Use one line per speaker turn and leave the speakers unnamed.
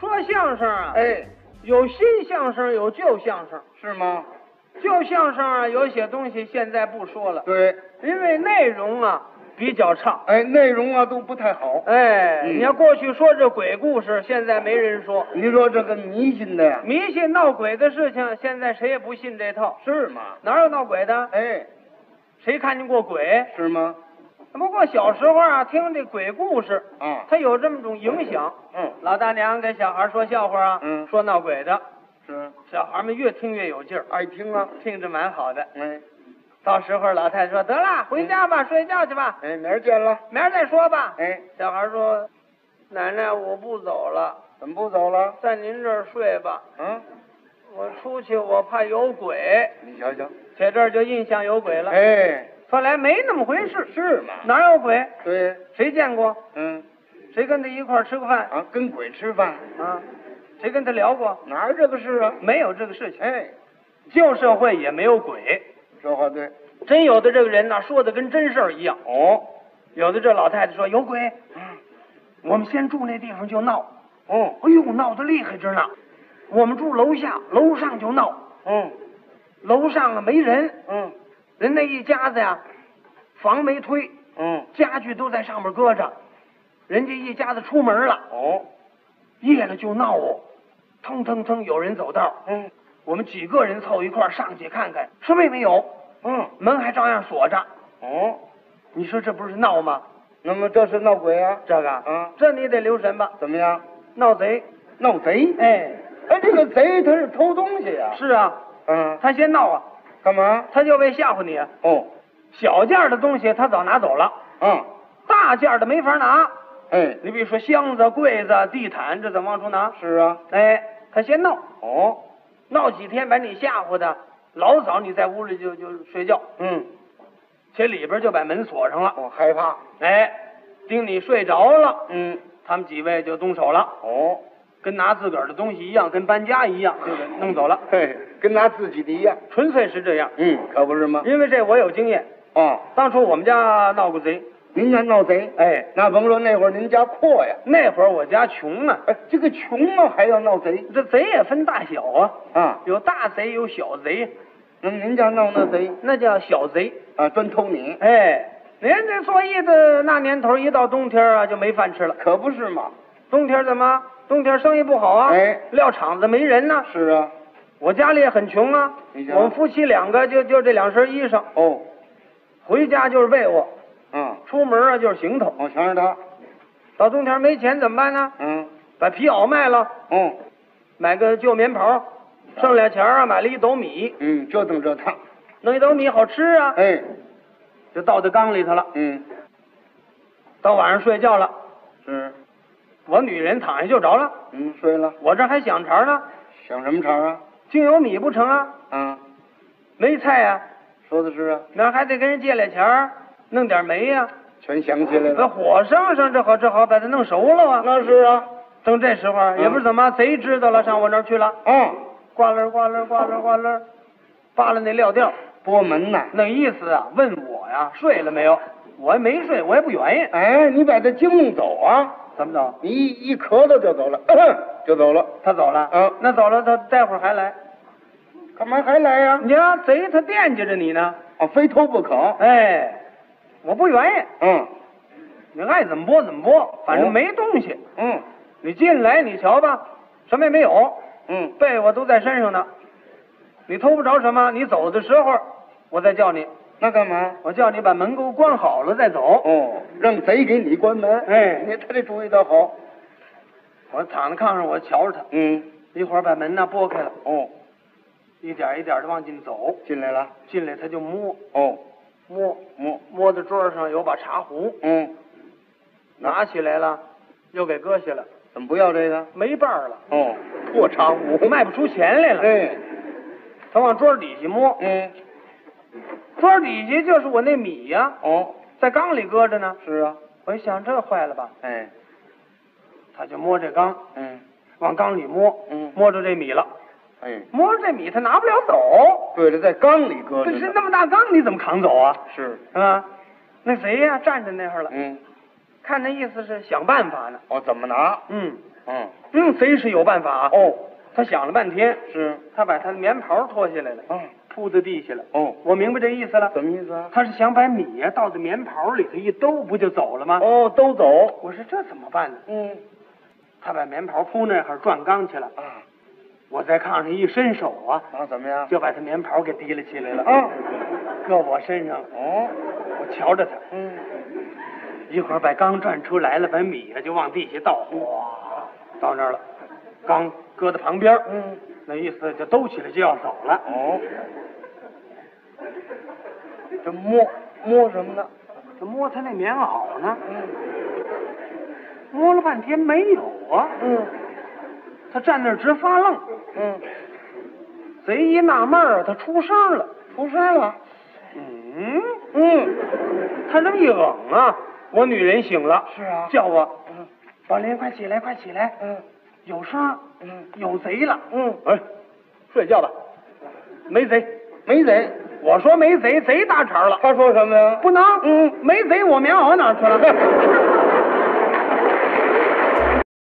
说相声啊，
哎，
有新相声，有旧相声。
是吗？
旧相声啊，有些东西现在不说了，
对，
因为内容啊比较差。
哎，内容啊都不太好。
哎，
嗯
你要过去说这鬼故事，现在没人说。
您说这个迷信的呀？
迷信闹鬼的事情，现在谁也不信这套，
是吗？
哪有闹鬼的？
哎，
谁看见过鬼？
是吗？
不过小时候啊，听这鬼故事，
啊，
它有这么种影响。
嗯，
老大娘给小孩说笑话啊，
嗯
说闹鬼的，
是
小孩们越听越有劲儿，
爱听啊。
听着蛮好的。
哎，
到时候老太太说：“得了，回家吧，睡觉去吧，
哎，明儿见了。
明儿再说吧。
哎，
小孩说：“奶奶，我不走了，
怎么不走了？
在您这儿睡吧。
嗯，
我出去，我怕有鬼。
你瞧瞧。”
在这儿就印象有鬼了。
哎，
后来没那么回事，
是吗？
哪有鬼？
对，
谁见过？
嗯，
谁跟他一块儿吃过饭
啊，跟鬼吃饭
啊？谁跟他聊过？
哪有这个事啊？
没有这个事情。
哎，
旧社会也没有鬼，
说话对。
真有的这个人呐，说的跟真事儿一样。
哦，嗯
有的这老太太说有鬼，我们先住那地方就闹，
哦，
哎呦，闹得厉害着呢。我们住楼下，楼上就闹，
嗯，
楼上啊没人，
嗯，
人那一家子呀，房没推，
嗯，
家具都在上面搁着，人家一家子出门了，
哦，
夜了就闹哦，腾腾腾，有人走道，
嗯，
我们几个人凑一块儿上去看看，什么也没有，
嗯，
门还照样锁着。
哦，
你说这不是闹吗？
那么这是闹鬼啊？
这个啊
嗯
这你得留神吧，
怎么样？
闹贼，
闹贼？
哎，
哎，这个贼他是偷东西呀、
是啊，
嗯，
他先闹啊，
干嘛？
他就为吓唬你啊。
哦，
小件儿的东西他早拿走了，
嗯，
大件儿的没法拿。
哎，
你比如说箱子、柜子、地毯，这怎么往出拿？
是啊，
哎，他先闹，
哦，
闹几天把你吓唬的，老早你在屋里就就睡觉，
嗯，
且里边就把门锁上了。
我害怕，
哎，盯你睡着了，
嗯，
他们几位就动手了，
哦，
跟拿自个儿的东西一样，跟搬家一样，就给弄走了。
嘿，跟拿自己的一样，
纯粹是这样，
嗯，可不是吗？
因为这我有经验。
哦，
当初我们家闹过贼，
您家闹贼，
哎，
那甭说那会儿您家阔呀，
那会儿我家穷啊，
哎，这个穷啊还要闹贼
这贼也分大小啊，
啊？
有大贼有小贼，
那么您家闹那贼
那叫小贼。
啊，专偷你，
哎，您这做艺的那年头，一到冬天啊就没饭吃了。
可不是嘛？
冬天怎么？冬天生意不好啊，
哎
撂场子没人呢。
是啊，
我家里也很穷啊，
你家
我们夫妻两个就就这两身衣裳，
哦，
回家就是被窝，
嗯，
出门啊就是行头。
我瞧着他，
到冬天没钱怎么办呢？
嗯，
把皮袄卖了，
哦，
买个旧棉袍，剩俩钱儿啊买了一斗米，
嗯，折腾折腾，
弄一斗米好吃啊，
哎，
就倒在缸里头了。
嗯，
到晚上睡觉了，
是，
我女人躺下就着了，
嗯，睡了，
我这还想茬呢，
想什么茬啊？
净有米不成啊，
啊，
没菜呀、
说的是啊，
那还得跟人借俩钱儿，弄点煤呀、
全想起来
把
了。
火上上，这好这好，把它弄熟了啊。
那是啊，
等这时候啊，
嗯
也不是怎么贼知道了，上我那儿去了，
嗯，
呱楞呱楞呱楞呱楞，扒拉那料调，
拨门呐。
那意思啊，问我呀睡了没有？我也没睡，我也不愿意。
哎，你把他惊动走啊！
怎么走？
你一一咳嗽就走了， 就走了，
他走了。
嗯
那走了，他待会儿还来。
干嘛还来呀、
你家贼他惦记着你呢。
啊，非偷不可。
哎，我不愿意，
嗯
你爱怎么播怎么播，反正
哦
没东西。
嗯
你进来，你瞧吧，什么也没有，
嗯，
被窝都在身上呢，你偷不着什么。你走的时候，我再叫你，
那干嘛？
我叫你把门给我关好了再走。
哦，让贼给你关门。
哎
你他这主意倒好。
我躺在炕上，我瞧着他，
嗯，
一会儿把门呢拨开了，
哦，
一点一点的往进走，
进来了。
进来他就摸
哦，
摸
嗯
摸到桌上有把茶壶，
嗯，
拿起来了，又给搁下了，
怎么不要这个？
没伴儿了，
哦，破茶壶
我卖不出钱来了。
哎，
他往桌底下摸，
嗯，
桌底下就是我那米呀、
哦，
在缸里搁着呢。
是啊，
我一想，这坏了吧？
哎，
他就摸这缸，
嗯
往缸里摸，
嗯，
摸着这米了，
哎，
摸着这米他拿不了走。
对了，在缸里搁着
这
呢。
是那么大缸，你怎么扛走啊？
是，
是吧？那谁呀、站着那会儿了，
嗯，
看那意思是想办法呢。
哦，怎么拿？
嗯，
嗯，
嗯，贼是有办法啊。
哦，
他想了半天，
是，
他把他的棉袍脱下来了，
啊，
铺在地下了。
哦，
我明白这意思了，
怎么意思啊？
他是想把米呀、倒在棉袍里头一兜，不就走了吗？
哦，都走。
我说这怎么办呢？
嗯，
他把棉袍铺那儿转缸去了，
啊，
我在炕上一伸手啊，
然后怎么样？
就把他棉袍给提了起来了，
啊，
搁我身上了。
哦，
我瞧着他，
嗯，
一会儿把缸转出来了，把米呀、就往地下倒，哗，到那儿了，缸搁在旁边儿，
嗯，
那意思就兜起来就要走了。
哦，这摸摸什么呢？
这摸他那棉袄呢，
嗯
摸了半天没有啊，
嗯
他站那儿直发愣。
嗯，
贼一纳闷儿啊，他出声了。
出山了。
嗯，
嗯，
他这么一梗啊，我女人醒了，
是啊
叫我
嗯
宝林，快起来，快起来，
嗯
有声儿，
嗯
有贼了。
嗯，
哎，睡觉吧，没贼。
没贼。
我说没贼，贼搭茬了。
他说什么呀？
不能，嗯，没贼，我棉袄哪儿去了？